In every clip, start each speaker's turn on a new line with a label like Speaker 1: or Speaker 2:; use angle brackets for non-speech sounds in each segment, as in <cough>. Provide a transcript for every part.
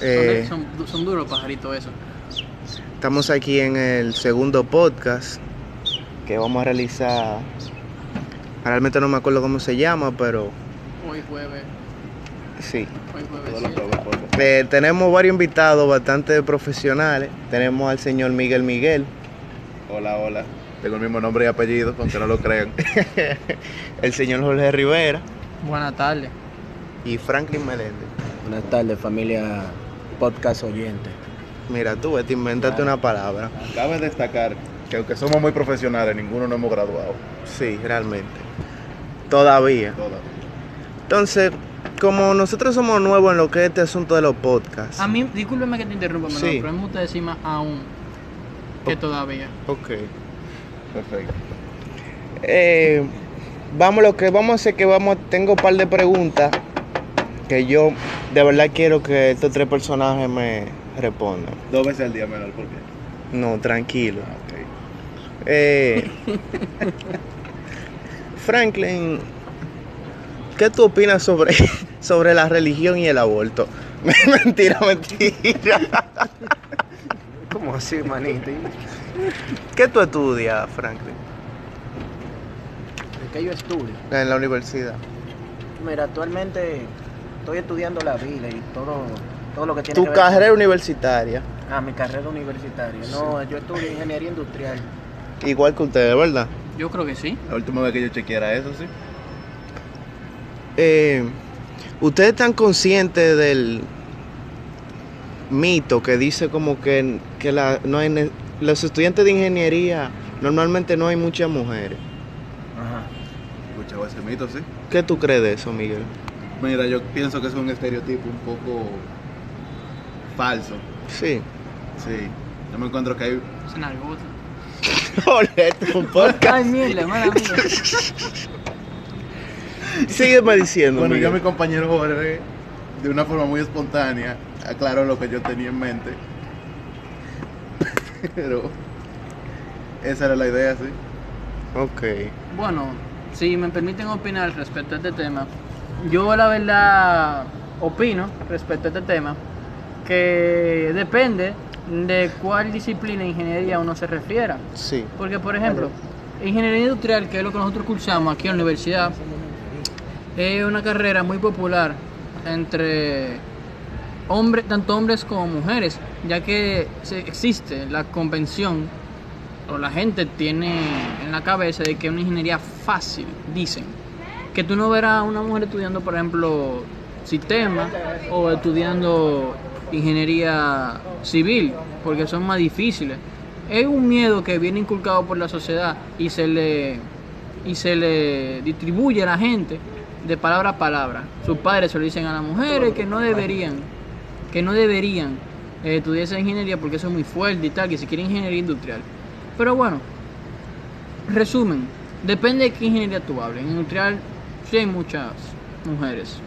Speaker 1: Eh,
Speaker 2: son, son, son duros pajaritos eso.
Speaker 1: Estamos aquí en el segundo podcast que vamos a realizar. Realmente no me acuerdo cómo se llama, pero
Speaker 2: Hoy jueves,
Speaker 1: sí.
Speaker 2: hoy jueves.
Speaker 3: Todos
Speaker 2: sí.
Speaker 3: los jueves, podcast.
Speaker 1: Eh, tenemos varios invitados bastante profesionales. Tenemos al señor Miguel Miguel,
Speaker 3: Hola, hola. Tengo el mismo nombre y apellido, aunque no lo crean.
Speaker 1: el señor Jorge Rivera
Speaker 2: Buenas tardes.
Speaker 1: y Franklin Meléndez.
Speaker 4: Buenas tardes, familia podcast oyente.
Speaker 1: Mira tú, te invéntate una palabra.
Speaker 3: <laughs> Cabe destacar que aunque somos muy profesionales, ninguno nos hemos graduado.
Speaker 1: Sí, realmente. Todavía.
Speaker 3: Todas.
Speaker 1: Entonces, como nosotros somos nuevos en lo que es este asunto de los podcasts.
Speaker 2: A mí, discúlpeme que te interrumpa,
Speaker 1: Sí.
Speaker 2: Manolo, pero a mí me gusta decir más aún que todavía.
Speaker 1: Ok.
Speaker 3: Perfecto.
Speaker 1: Eh, vamos lo que vamos a hacer que vamos tengo un par de preguntas que yo de verdad quiero que estos tres personajes me respondan.
Speaker 3: Dos veces al día menos, ¿por qué?
Speaker 1: No, tranquilo.
Speaker 3: Ah, ok.
Speaker 4: <laughs>
Speaker 1: Eh, Franklin, ¿qué tú opinas sobre, <laughs> sobre la religión y el aborto? <laughs> mentira, mentira.
Speaker 4: ¿Cómo así, manito? ¿De
Speaker 1: ¿Qué tú estudias, Franklin?
Speaker 4: qué yo estudio?
Speaker 1: En la universidad.
Speaker 4: Mira, actualmente estoy estudiando la vida y todo, todo lo que tiene
Speaker 1: Tu
Speaker 4: que ver
Speaker 1: carrera universitaria,
Speaker 4: con- Ah, mi carrera universitaria. No, yo estudio ingeniería industrial.
Speaker 1: igual que ustedes, ¿verdad?
Speaker 2: Yo creo que sí.
Speaker 3: La última vez que yo chequeara eso, sí.
Speaker 1: Eh, ¿Ustedes están conscientes del mito que dice como que, que la- no hay ne- los estudiantes de ingeniería normalmente no hay muchas mujeres?
Speaker 4: Ajá.
Speaker 3: Escuchaba ese mito, sí.
Speaker 1: ¿Qué tú crees de eso, Miguel?
Speaker 3: Mira, yo pienso que es un estereotipo un poco falso.
Speaker 1: Sí. <laughs>
Speaker 3: Sí. Yo me encuentro que hay
Speaker 2: Es una gota. Ay,
Speaker 3: <laughs>
Speaker 1: podcast.
Speaker 2: mierda, mala mía.
Speaker 1: Sígueme diciendo.
Speaker 3: Bueno, ya mi
Speaker 1: Miguel.
Speaker 3: compañero Jorge, de una forma muy espontánea, aclaró lo que yo tenía en mente. <laughs> Pero esa era la idea, sí.
Speaker 1: Ok.
Speaker 2: Bueno, si me permiten opinar respecto a este tema, yo la verdad opino respecto a este tema que depende de cuál disciplina de ingeniería uno se refiera.
Speaker 1: Sí.
Speaker 2: Porque, por ejemplo, ingeniería industrial, que es lo que nosotros cursamos aquí en la universidad, es una carrera muy popular entre hombres, tanto hombres como mujeres, ya que se- existe la convención o la gente tiene en la cabeza de que es una ingeniería fácil, dicen. Que tú no verás a una mujer estudiando, por ejemplo, sistema o estudiando ingeniería civil, porque son más difíciles. Es un miedo que viene inculcado por la sociedad y se le, y se le distribuye a la gente de palabra a palabra. Sus padres se lo dicen a las mujeres que no deberían que no deberían eh, estudiar esa ingeniería porque eso es muy fuerte y tal, que si quieren ingeniería industrial. Pero bueno, resumen, depende de qué ingeniería tú hables. En industrial sí hay muchas mujeres.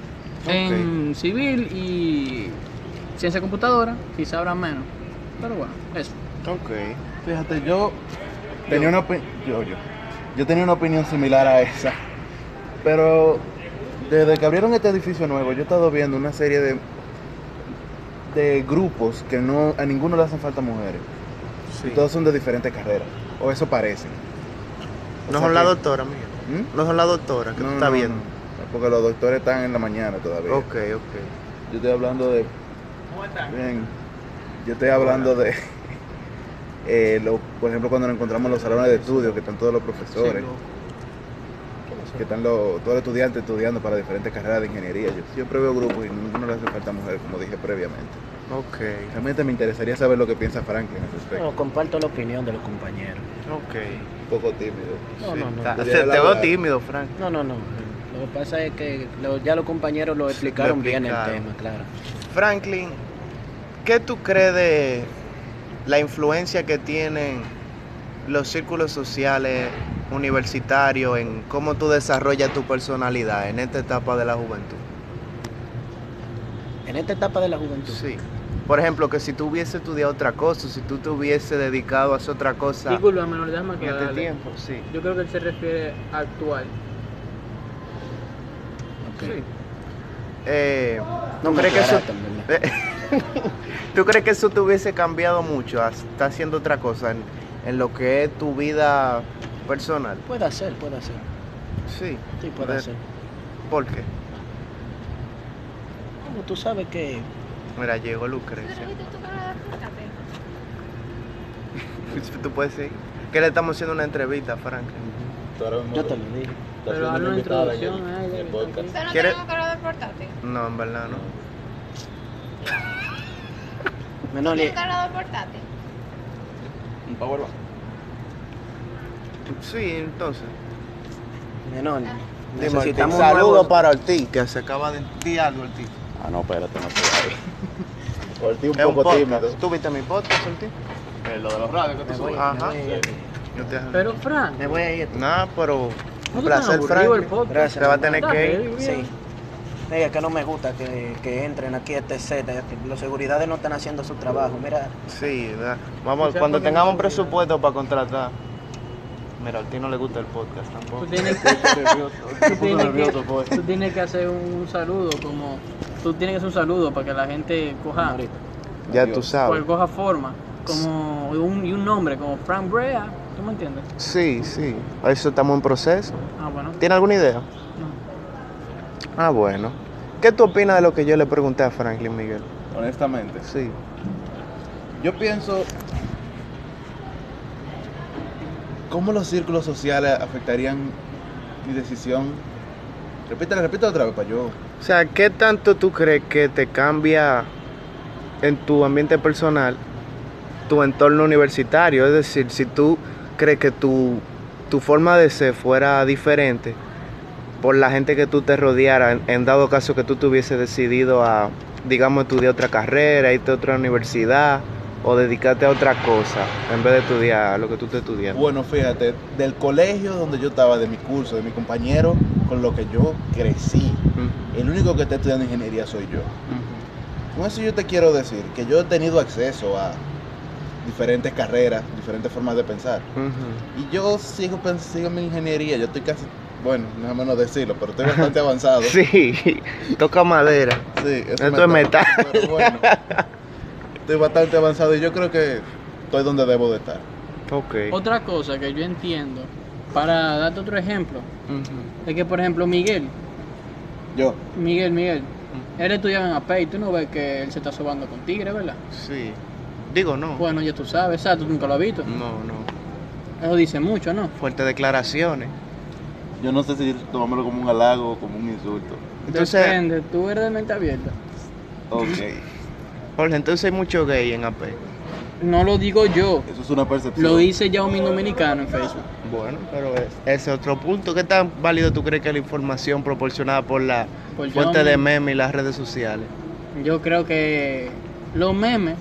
Speaker 2: En civil y ciencia computadora quizá habrá menos. Pero bueno, eso.
Speaker 1: Ok.
Speaker 3: Fíjate, yo tenía una opi- yo, yo. Yo tenía una opinión similar a esa. Pero desde que abrieron este edificio nuevo, yo he estado viendo una serie de de grupos que no a ninguno le hacen falta mujeres.
Speaker 1: Sí.
Speaker 3: Y todos son de diferentes carreras, o eso parece. O
Speaker 1: No
Speaker 3: sea
Speaker 1: son la
Speaker 3: que-
Speaker 1: doctora, Miguel.
Speaker 3: ¿Mm?
Speaker 1: No son la doctora que tú estás viendo.
Speaker 3: no, porque los doctores están en la mañana todavía.
Speaker 1: Ok, ok.
Speaker 3: Yo estoy hablando de. Bien. Yo estoy hablando de. <laughs> eh, lo- por ejemplo, cuando nos encontramos en los salones de estudio, que están todos los profesores, que están los, todos los estudiantes estudiando para diferentes carreras de ingeniería. Yo siempre veo grupos y ninguno le hace falta mujer, como dije previamente.
Speaker 1: Ok.
Speaker 3: Realmente me interesaría saber lo que piensa Franklin al respecto.
Speaker 4: No, comparto la opinión de los compañeros.
Speaker 1: Ok.
Speaker 3: Un poco tímido.
Speaker 4: No,
Speaker 1: Sí.
Speaker 4: no, no.
Speaker 1: Ta-
Speaker 3: Debería
Speaker 1: se- te veo
Speaker 3: elaborar.
Speaker 1: tímido, Frank.
Speaker 4: No, no, no. Lo que pasa es que lo- ya los compañeros lo explicaron bien el
Speaker 1: explicaron.
Speaker 4: tema, claro.
Speaker 1: Franklin, ¿qué tú crees de la influencia que tienen los círculos sociales universitarios en cómo tú desarrollas tu personalidad en esta etapa de la juventud?
Speaker 4: En esta etapa de la juventud.
Speaker 1: Sí. Por ejemplo, que si tú hubieses estudiado otra cosa, si tú te hubieses dedicado a hacer otra cosa
Speaker 2: Disculpa, menor, déjame
Speaker 1: en este tiempo, sí.
Speaker 2: Yo creo que él se refiere a actual.
Speaker 4: Ok.
Speaker 1: Eh, ¿No
Speaker 4: me
Speaker 1: crees que eso... Eh,
Speaker 4: aclaraste, en verdad.
Speaker 1: <laughs> ¿Tú crees que eso te hubiese cambiado mucho? a- Está haciendo otra cosa en, en lo que es tu vida personal.
Speaker 4: Puede ser, puede ser.
Speaker 1: Sí.
Speaker 4: Sí, puede
Speaker 1: Ver,
Speaker 4: ser.
Speaker 1: ¿Por qué?
Speaker 4: Bueno, tú sabes que
Speaker 1: Mira, llegó Lucrecia. <laughs> Tú puedes seguir. Que le estamos haciendo una entrevista, a Frank.
Speaker 4: yo te lo dije.
Speaker 2: Pero hazle una introducción a ella. que está aquí.
Speaker 5: Ustedes no
Speaker 1: ¿Quiere-
Speaker 5: tenemos que hablar de portátil.
Speaker 1: No, en verdad no.
Speaker 5: No
Speaker 4: Menores,
Speaker 5: tenemos que hablar de portátil.
Speaker 6: Un powerbank.
Speaker 1: Sí, entonces.
Speaker 4: menores.
Speaker 1: Dime, Ortiz.
Speaker 4: Necesitamos un
Speaker 1: Saludo
Speaker 4: nuevo-
Speaker 1: para Ortiz, que se acaba de. Di algo, Ortiz.
Speaker 6: Ah, no, espérate, no sé.
Speaker 3: <laughs>
Speaker 6: Por ti un
Speaker 1: Es un
Speaker 6: poco
Speaker 1: podcast.
Speaker 6: tímido.
Speaker 1: ¿Tú viste mi podcast, Ortiz?
Speaker 6: Eh, Lo de los radios que
Speaker 4: Me
Speaker 6: tú
Speaker 4: voy,
Speaker 6: subes.
Speaker 4: me
Speaker 1: Ajá.
Speaker 4: voy a ir.
Speaker 1: No te
Speaker 2: Pero Fran,
Speaker 4: Me voy a ir.
Speaker 1: Nada, pero.
Speaker 2: ¿no
Speaker 1: Un
Speaker 2: te tan
Speaker 1: placer,
Speaker 2: aburrido el
Speaker 1: Frank.
Speaker 2: podcast?
Speaker 4: Gracias.
Speaker 1: Se va a
Speaker 4: hermano.
Speaker 1: tener que ir.
Speaker 4: Sí. Ella que no me gusta que, que entren aquí a este set. eh, que Los seguridades no están haciendo su trabajo. Mira,
Speaker 1: Sí, da- vamos,
Speaker 2: Quizás
Speaker 1: cuando
Speaker 2: porque
Speaker 1: tengamos
Speaker 2: no
Speaker 1: un presupuesto para contratar. Mira, a ti no le gusta el podcast tampoco.
Speaker 2: Tú tienes
Speaker 1: <laughs>
Speaker 2: que, tú tienes
Speaker 1: pues.
Speaker 2: que, tú tienes que hacer un saludo, como tú tienes que hacer un saludo para que la gente coja,
Speaker 1: Ya tú
Speaker 2: o
Speaker 1: sabes.
Speaker 2: coja forma, como un, y un nombre, como Frank Brea, ¿tú me entiendes?
Speaker 1: Sí, sí. Eso estamos en proceso.
Speaker 2: Ah, bueno,
Speaker 1: ¿Tiene alguna idea?
Speaker 2: no.
Speaker 1: Ah, bueno. ¿Qué tú opinas de lo que yo le pregunté a Franklin Miguel?
Speaker 3: Honestamente.
Speaker 1: Sí.
Speaker 3: Yo pienso. ¿Cómo los círculos sociales afectarían mi decisión? Repítela, repítela otra vez para yo.
Speaker 1: O sea, ¿qué tanto tú crees que te cambia en tu ambiente personal tu entorno universitario? Es decir, si tú crees que tu, tu forma de ser fuera diferente por la gente que tú te rodeara, en, en dado caso que tú te hubieses decidido a, digamos, estudiar otra carrera, irte a otra universidad o dedicarte a otra cosa en vez de estudiar lo que tú te estudiando.
Speaker 3: Bueno, fíjate, del colegio donde yo estaba, de mi curso, de mi compañero, con lo que yo crecí,
Speaker 1: Mm,
Speaker 3: el único que está estudiando ingeniería soy yo.
Speaker 1: mm.
Speaker 3: Con eso yo te quiero decir que yo he tenido acceso a diferentes carreras, diferentes formas de pensar.
Speaker 1: Ujú.
Speaker 3: Y yo sigo pensando en mi ingeniería, yo estoy casi, bueno, más o menos decirlo, pero estoy bastante avanzado.
Speaker 1: <laughs> Sí, toca madera.
Speaker 3: Sí, eso
Speaker 1: Esto es metal.
Speaker 3: Pero bueno, estoy bastante avanzado y yo creo que estoy donde debo de estar.
Speaker 1: Ok.
Speaker 2: Otra cosa que yo entiendo, para darte otro ejemplo,
Speaker 1: Ujú.
Speaker 2: es que por ejemplo Miguel,
Speaker 3: Yo,
Speaker 2: Miguel, Miguel, él estudiaba en APEI, tú no ves que él se está sobando con Tigre, ¿verdad?
Speaker 1: Sí. Digo, no.
Speaker 2: Bueno, ya tú sabes, ¿sabes? Tú nunca lo has visto.
Speaker 1: No, no.
Speaker 2: Eso dice mucho, ¿no?
Speaker 1: Fuertes declaraciones.
Speaker 6: Yo no sé si tomármelo como un halago o como un insulto.
Speaker 1: Entonces-
Speaker 2: Depende, tú eres de mente abierta.
Speaker 1: <laughs>
Speaker 6: Ok.
Speaker 1: Jorge, entonces hay mucho gay en AP.
Speaker 2: No lo digo yo,
Speaker 6: Eso es una percepción.
Speaker 2: lo dice ya un dominicano en Facebook.
Speaker 1: Bueno, pero es- ese es otro punto. ¿Qué tan válido tú crees que la información proporcionada por la
Speaker 2: Por
Speaker 1: fuente
Speaker 2: Xiaomi.
Speaker 1: de meme y las redes sociales?
Speaker 2: Yo creo que los memes,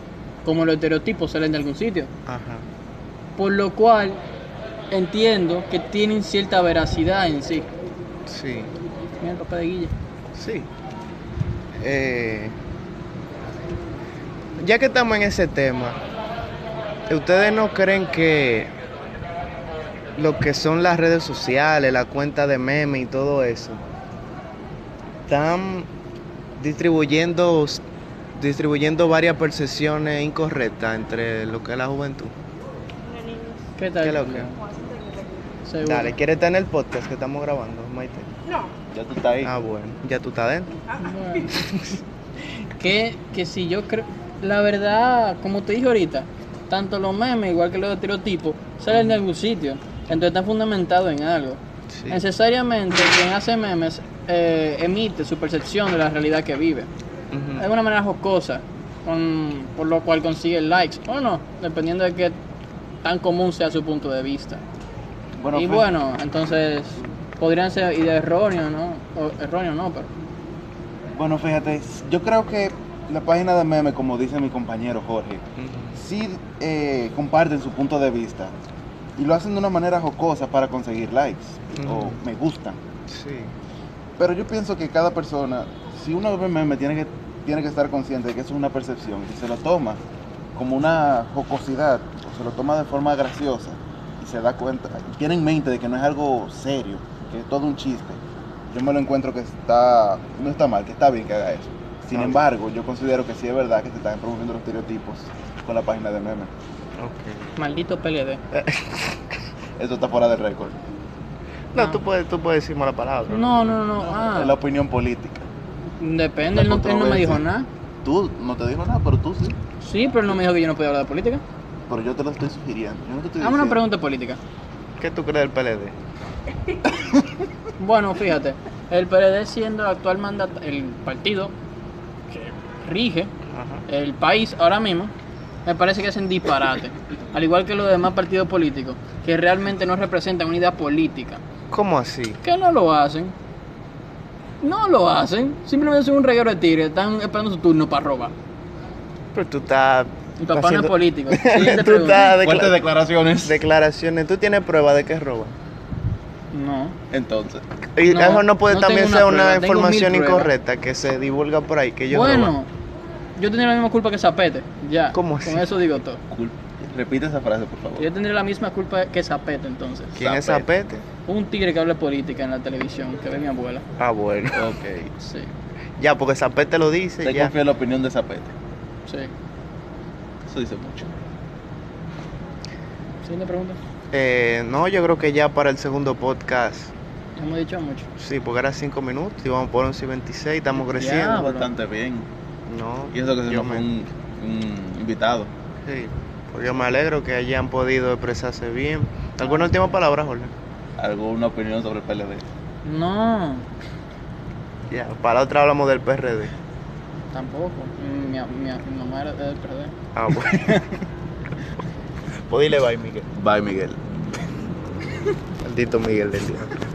Speaker 2: como los estereotipos, salen de algún sitio.
Speaker 1: Ajá.
Speaker 2: Por lo cual entiendo que tienen cierta veracidad en sí.
Speaker 1: Sí.
Speaker 2: Mira el papá de Guille.
Speaker 1: Sí. Eh, ya que estamos en ese tema, ¿ustedes no creen que lo que son las redes sociales, la cuenta de meme y todo eso, están distribuyendo, distribuyendo varias percepciones incorrectas entre lo que es la juventud?
Speaker 2: ¿Qué tal?
Speaker 1: ¿Qué lo
Speaker 2: Guille?
Speaker 1: que?
Speaker 2: Seguro.
Speaker 1: Dale, ¿quieres estar en el podcast que estamos grabando, Maite?
Speaker 5: No.
Speaker 6: Ya tú estás ahí.
Speaker 1: Ah, bueno, ya tú estás dentro.
Speaker 2: Bueno. <laughs> que, que si yo creo, la verdad, como te dije ahorita, tanto los memes igual que los estereotipos salen de algún sitio, entonces están fundamentados en algo.
Speaker 1: Sí.
Speaker 2: Necesariamente quien hace memes eh, emite su percepción de la realidad que vive,
Speaker 1: Ujú.
Speaker 2: de una manera jocosa, con- por lo cual consigue likes o no, dependiendo de qué tan común sea su punto de vista. y
Speaker 3: pues.
Speaker 6: Fran,
Speaker 2: bueno, entonces podrían ser ideas erróneas, ¿no? O, erróneas, ¿no? Pero
Speaker 6: Bueno, fíjate, yo creo que la página de meme, como dice mi compañero Jorge, sí eh, comparten su punto de vista y lo hacen de una manera jocosa para conseguir likes
Speaker 1: Ujú.
Speaker 6: o me gustan.
Speaker 1: Sí.
Speaker 6: Pero yo pienso que cada persona, si uno ve meme, tiene que, tiene que estar consciente de que eso es una percepción. Si se lo toma como una jocosidad o se lo toma de forma graciosa y se da cuenta, y tiene en mente de que no es algo serio, que es todo un chiste, yo me lo encuentro que está, no está mal, que está bien que haga eso.
Speaker 3: Sin embargo, yo considero que sí es verdad que se están promoviendo los estereotipos con la página de memes.
Speaker 2: Maldito PLD.
Speaker 3: Eso está fuera de récord.
Speaker 1: No,
Speaker 2: Ah.
Speaker 1: tú puedes, tú puedes decirme la palabra.
Speaker 2: No, no, no.
Speaker 3: Es la
Speaker 2: Ah,
Speaker 3: opinión política.
Speaker 2: depende,
Speaker 3: la
Speaker 2: él no, él no me dijo
Speaker 3: controversia.
Speaker 2: nada.
Speaker 3: Tú no te dijo nada, pero tú sí.
Speaker 2: Sí, pero él no me dijo que yo no podía hablar de política.
Speaker 3: Pero yo te lo estoy sugiriendo. Yo no te estoy
Speaker 2: Hazme una
Speaker 3: diciendo.
Speaker 2: pregunta política.
Speaker 1: ¿Qué tú crees del PLD?
Speaker 2: Bueno, fíjate, el PLD siendo el actual mandato, el partido que rige
Speaker 1: Ajá.
Speaker 2: el país ahora mismo, me parece que hacen disparate. al igual que los demás partidos políticos, que realmente no representan una idea política.
Speaker 1: ¿Cómo así?
Speaker 2: Que no lo hacen. No lo hacen. Simplemente son un reguero de tigres. Están esperando su turno para robar.
Speaker 1: Pero tú estás.
Speaker 2: Mi papá no
Speaker 1: haciendo- <laughs>
Speaker 2: es político. Siguiente
Speaker 1: tú
Speaker 2: pregunta.
Speaker 1: estás decla-
Speaker 3: Fuertes declaraciones.
Speaker 1: declaraciones. Tú tienes prueba de que es roba.
Speaker 2: No.
Speaker 3: Entonces,
Speaker 1: Y
Speaker 2: No,
Speaker 1: eso no puede
Speaker 2: no
Speaker 1: también
Speaker 2: tengo
Speaker 1: ser
Speaker 2: una
Speaker 1: una,
Speaker 2: prueba, tengo
Speaker 1: información
Speaker 2: mil pruebas.
Speaker 1: incorrecta que se divulga por ahí. Que yo
Speaker 2: bueno, yo tendría la misma culpa que Zapete. Ya.
Speaker 1: ¿Cómo así?
Speaker 2: Con eso digo todo.
Speaker 3: cul- repite esa frase, por favor.
Speaker 2: Yo tendría la misma culpa que Zapete entonces.
Speaker 1: ¿Quién es Zapete?
Speaker 2: Un tigre que habla de política en la televisión, que ve mi abuela.
Speaker 1: Ah, bueno. <laughs>
Speaker 3: Ok.
Speaker 2: Sí,
Speaker 1: Ya, porque Zapete lo dice.
Speaker 3: Te
Speaker 1: ya.
Speaker 3: confío en la opinión de Zapete.
Speaker 2: sí.
Speaker 3: Eso dice mucho.
Speaker 1: Ah,
Speaker 2: Siguiente pregunta.
Speaker 1: Eh, no, yo creo que ya para el segundo podcast.
Speaker 2: Ya hemos dicho mucho.
Speaker 1: Sí, porque era 5 minutos y vamos por 11 y 26. Estamos
Speaker 2: Ah,
Speaker 3: Ah,
Speaker 1: creciendo.
Speaker 2: bueno.
Speaker 3: bastante bien.
Speaker 1: No,
Speaker 3: Y eso que se
Speaker 1: yo
Speaker 3: nos
Speaker 1: me-
Speaker 3: fue un, un invitado.
Speaker 1: Sí, pues yo me alegro que hayan podido expresarse bien. ¿Alguna última palabra, Jorge?
Speaker 3: ¿Alguna opinión sobre el PLD?
Speaker 2: No,
Speaker 1: Ya, para la otra hablamos del PRD.
Speaker 2: tampoco. Mm, Mi, mi, mi mamá era del PRD.
Speaker 1: Ah, bueno. <laughs> pues dile bye, Miguel.
Speaker 3: Bye, Miguel.
Speaker 1: Maldito Miguel del día.